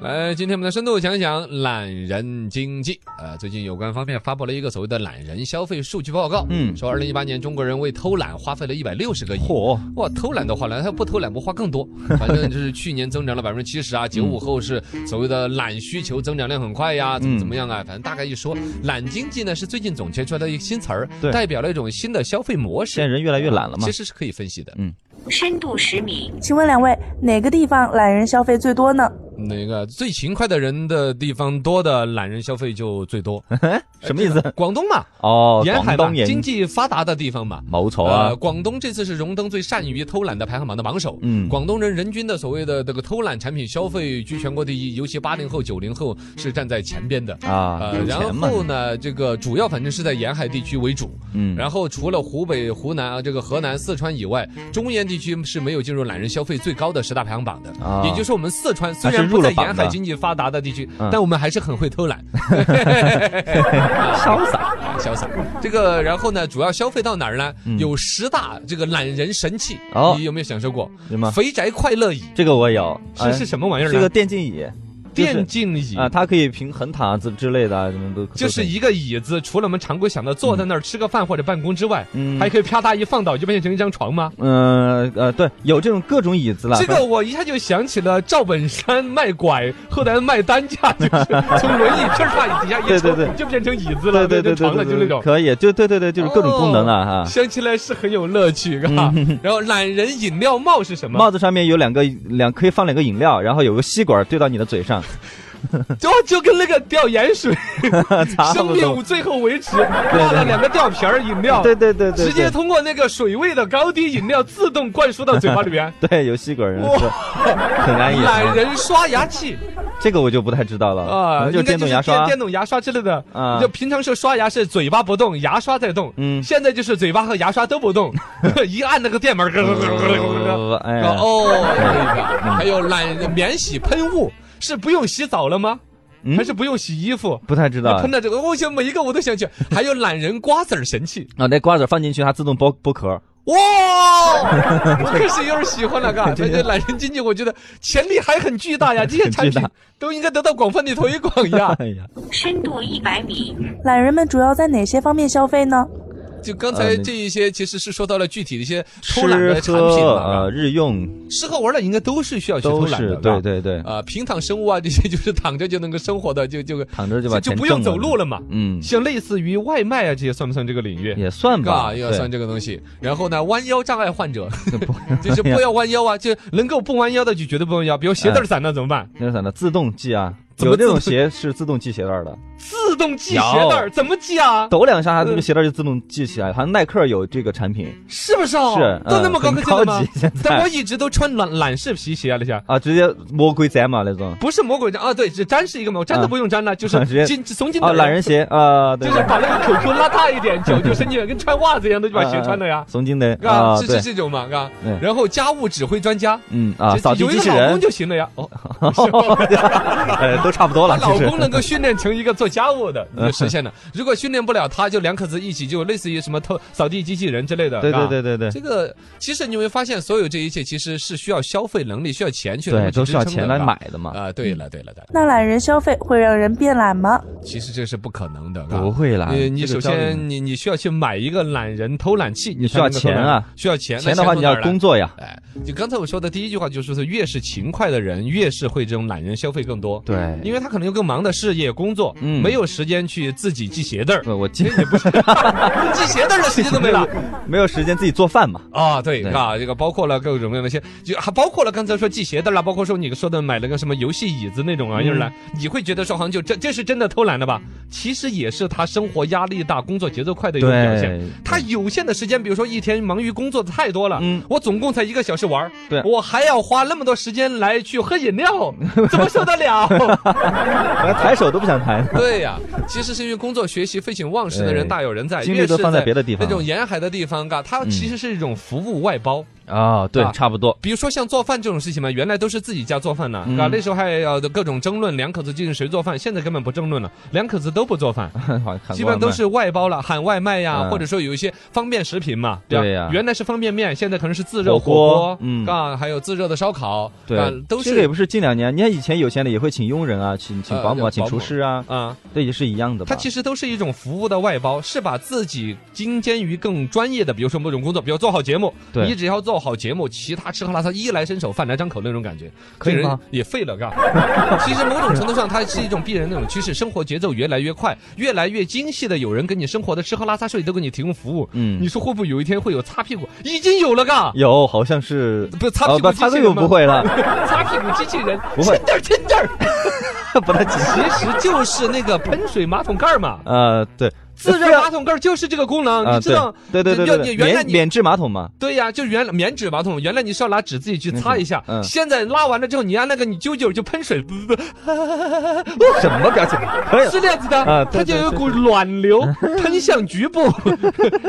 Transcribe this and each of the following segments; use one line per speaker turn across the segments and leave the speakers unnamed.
来，今天我们的深度讲讲懒人经济。呃，最近有关方面发布了一个所谓的懒人消费数据报告，
嗯
说二零一八年中国人为偷懒花费了一百六十个亿。
嚯，
哇，偷懒的话呢，他不偷懒不花更 多，反正就是去年增长了百分之七十啊，九五后是所谓的懒需求增长量很快
嗯
呀，怎么怎么样啊，反正大概一说，懒经济呢是最近总结出来的一个新词儿，
对
代表了一种新的消费模式
现在，人越来越懒了嘛
其？实是可以分析的。
深度十米，
请问两位，哪个地方懒人消费最多呢？
那个最勤快的人的地方多的懒人消费就最多，
什么意思？
广东嘛，
哦，
沿海嘛
广东，人
经济发达的地方嘛。
冇错啊
呃，，广东这次是荣登最善于偷懒的排行榜的榜首。
嗯
广东人人均的所谓的这个偷懒产品消费居全国第一，尤其八零后、九零后是站在前边的。
啊，
呃，
有
然
钱嘛，
后呢，这个主要反正是在沿海地区为主，
嗯，
然后除了湖北、湖南啊，这个河南、四川以外，中原地区是没有进入懒人消费最高的十大排行榜的。
啊
也就是说，我们四川虽
还是
然
入
不
了
在
榜
沿海
的
经济发达的地区，
嗯
但我们还是很会偷懒，
潇洒，
潇洒。这个，然后呢，主要消费到哪儿呢？有十大这个懒人神器，
嗯哦
你有没有享受过？
什么？
肥宅快乐椅
这个我有，哎
是是什么玩意儿
是个
呢？
电竞椅，就是
电竞椅
啊，它可以平衡塔子之类的啊，什么都
就是一个椅子，除了我们常规想的坐在那儿吃个饭或者办公之外，
嗯
还可以啪嗒一放倒就变成一张床吗？
嗯呃对，有这种各种椅子了。
这个我一下就想起了赵本山卖拐，后来卖担架， 就是从轮椅片儿啪底下一抽，
对对对
就变成椅子
对
了，
对
变成
对对
床了，
对，
就那种。
可以，就对对对，就是各种功能啊
哦
哈。嗯
想起来是很有乐趣，哈。然后懒人饮料帽是什么？
帽子上面有两个两可以放两个饮料，然后有个吸管对到你的嘴上，
就就跟那个吊盐水，
差
生
不
命
多。
最后维持，放了两个吊瓶儿饮料，
对对对对，。
直接通过那个水位的高低，饮料自动灌输到嘴巴里边
对有吸管，是 很安逸。嗯啊
懒人刷牙 器
这个我就不太知道了可
啊，
能就
应该就
电动
是
牙刷
电、电动牙刷之类的。
啊
就平常是刷牙是嘴巴不动，牙刷在动。
嗯
现在就是嘴巴和牙刷都不 动， 一按那个电门，咯咯咯咯咯咯咯。
哎嗯呀，
哦，这个还有懒人免洗喷雾，是不用洗澡了吗？
嗯
还是不用洗衣服？
不太知道
喷。到这个，我想每一个我都想起，还有懒人瓜子儿神器，
啊，那瓜子放进去，它自动剥剥壳。
哇，我可是有点喜欢了，嘎，这这懒人经济，我觉得潜力还很巨大呀，这些产
很巨
品
大
都应该得到广泛的推广 呀。
哎呀，
深度一百米，
懒人们主要在哪些方面消费呢？
就刚才这一些，其实是说到了具体的一些偷懒的
呃吃
产
喝
品
呃
了，啊
日用
吃喝玩乐应该都是需要去偷
都
懒
是
的，
对
对。
对对，
啊，平躺生物啊，这些就是躺着就能够生活的，就就
躺着就把
就
钱
不用
挣
走路了嘛。
嗯，
像类似于外卖啊，这些算不算这个领域？
也算吧，
啊，要
对
算这个东西。然后呢，弯腰障碍患 者，就是不要弯腰啊，就能够不弯腰的就绝对不弯腰。比如鞋
嗯
带儿散了怎么办？
那是啥呢？自动系啊，
怎么
有这种
自
鞋是自动系鞋带儿的，
自动系鞋带儿怎么系啊？
抖两下，它这个鞋带儿就自动系起来。好像耐克有这个产品
是不是啊？
是
都那么高科技了吗
嗯很高级现在？
但我一直都穿懒懒式皮鞋啊，那些。
啊，直接魔鬼毡嘛那种
不是魔鬼毡啊，对，这毡是一个嘛，毡都不用毡了，就是
嗯 直接
进从进
啊，
的
懒人，鞋啊，对
就是把那个口裤拉大一点，脚就伸进来，跟穿袜子一样的，就把鞋穿了呀，
松紧的
啊，
啊，
是
对
是，这种嘛，啊
对，
然后家务指挥专家。
嗯啊，
这
扫地
有一
机
个
器
老公
人，
就行了呀，哦，
呃，都差不多
把
了，
老
其实
公能够训练成一个做家务的，
嗯
你就实现了。如果训练不了他，就两口子一起就类似于什么偷扫地机器人之类的。
对
是吧
对对对对
这个其实你会发现，所有这一切其实是需要消费能力、需要钱去能
对，
够
都
去
需要
支撑
钱
的
来
吧
买的嘛，嗯
啊。对了对了对了，
那懒人消费会让人变懒吗？
其实这是不可能的。
不会啦
你你
这
首
个教育
先你你需要去买一个懒人偷懒器，你
你需要
才能够偷懒
钱啊，
需要钱。那
钱的话
从
你
哪
要
儿来
工。作呀，
哎，就刚才我说的第一句话，就是说越是勤快的人，越是会这种懒人消费更多。
对，
因为他可能有更忙的事业工作，
嗯
没有时间去自己系鞋带儿，
对我今
哎也不是 系鞋带儿的时间都没了
没有时间自己做饭嘛，
啊！对
对
啊，这个包括了各种各样的一些，就还包括了刚才说系鞋带儿啦，包括说你说的买了个什么游戏椅子那种玩意儿来，
嗯
你会觉得说好像就这这是真的偷懒了吧？其实也是他生活压力大、工作节奏快的一种表现。
对，
他有限的时间，比如说一天忙于工作的太多了，
嗯
我总共才一个小时玩儿
对
我还要花那么多时间来去喝饮料，怎么受得 了？
我连抬手都不想抬，
对呀、其实是因为工作学习废寝忘食的人
对
大有人在，
精
越
力
是
都放在别的地方嗯
那种沿海的地方，嘎，它其实是一种服务外包。
啊，对
啊，
差 不多。
比如说像做饭这种事情嘛，原来都是自己家做饭呢，
嗯
啊，那时候还要各种争论两口子究竟谁做饭，现在根本不争论了，两口子都不 做饭，
好看
基本上都是外包了，喊外卖呀，
嗯
或者说有一些方便食品嘛，吧
对呀
原来是方便面，现在可能是自热
火锅
锅，
嗯
啊，还有自热的烧烤，
对
啊，都
这个也
是
不是近两年，你看以前有钱的也会请佣人啊，请请
呃
保姆啊，
对
请
保
厨
姆
师啊，
啊，
这也是一样的吧？
它其实都是一种服务的外包，是把自己精尖于更专业的，比如说某种工作，比如做好节目，
对
你只要做好节目，其他吃喝拉撒衣来伸手，饭来张口那种感觉，
可以
这人
吗
也废了，嘎。 其实某种程度上，它是一种必然的那种趋势，生活节奏越来越快，越来越精细的有人给你生活的吃喝拉撒睡都给你提供服务，
嗯
你说会不会有一天会有擦屁股？已经有了，嘎。
有，好像是
不擦
哦
屁股
不
机
擦
器
屁
人
股
吗
不会了，
擦屁股机器人，
不 会
轻点儿轻 点儿，
不太紧。
其实就是那个喷水马桶盖儿嘛。
呃，对，
自热
非要
马桶盖儿就是这个功能，
啊，
你知
对
道？
对对对
要
对对，
你原来
免
你
免治马桶嘛，
对呀，就原来棉纸马桶，原来你是要拿纸自己去擦一下，
嗯
现在拉完了之后，你按那个你揪揪就喷水，不不不，
什么表情？可以了
是这样子的，
啊对
它就
对
有一
对
股暖流喷向局部，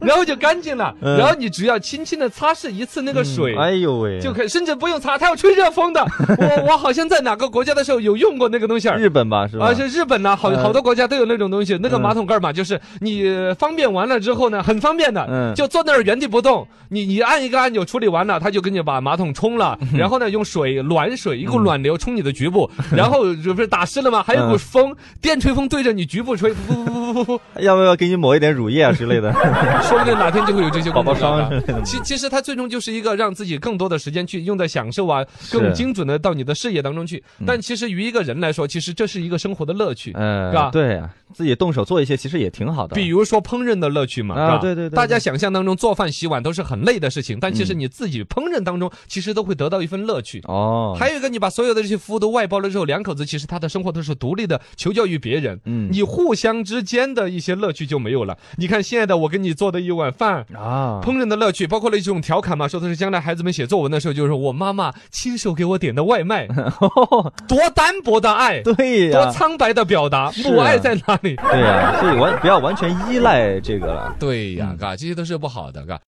然后就干净了，
嗯
然后你只要轻轻的擦拭一次那个水。
哎呦喂，
就可以，甚至不用擦，它要吹热风的。我我好像在哪个国家的时候有用过那个东西儿，
日本吧是吧？
而且日本呢，好
嗯
好多国家都有那种东西，那个
嗯
马桶盖嘛，就是你呃方便完了之后呢，很方便的，
嗯
就坐那儿原地不动，你你按一个按钮处理完了，它就给你把马桶冲了，然后呢用水暖水一股暖流冲你的局部，然后这不是打湿了吗？还有股
嗯
风，电吹风对着你局部吹，噗噗噗噗噗
要不要给你抹一点乳液啊 之类的？
噗，说不定哪天就会有这些
宝宝
功能了
霜之类的
其其实它最终就是一个让自己更多的时间去用在享受啊，
是
更精准的到你的事业当中去。但其实于一个人来说，其实这是一个生活的乐趣。是吧
嗯，对啊，自己动手做一些其实也挺好的。
比如说烹饪的乐趣嘛，
啊
是吧
对对对嗯
大家想象当中做饭洗碗都是很累的事情，但其实你自己烹饪当中其实都会得到一份乐趣。
哦，
还有一个，你把所有的这些服务都外包了之后，两口子其实他的生活都是独立的，求教于别人。
嗯
你互相之间的一些乐趣就没有了。你看现在的我给你做的一碗饭。
啊，
烹饪的乐趣，包括了一种调侃嘛，说的是将来孩子们写作文的时候，就是我妈妈亲手给我点的外 卖，多单薄的爱，
哦对呀、
多苍白的表达，
是啊
母爱在 哪里？
对呀、所以完不要完全依赖这个了。嗯
对呀，嘎，这些都是不好的，嘎。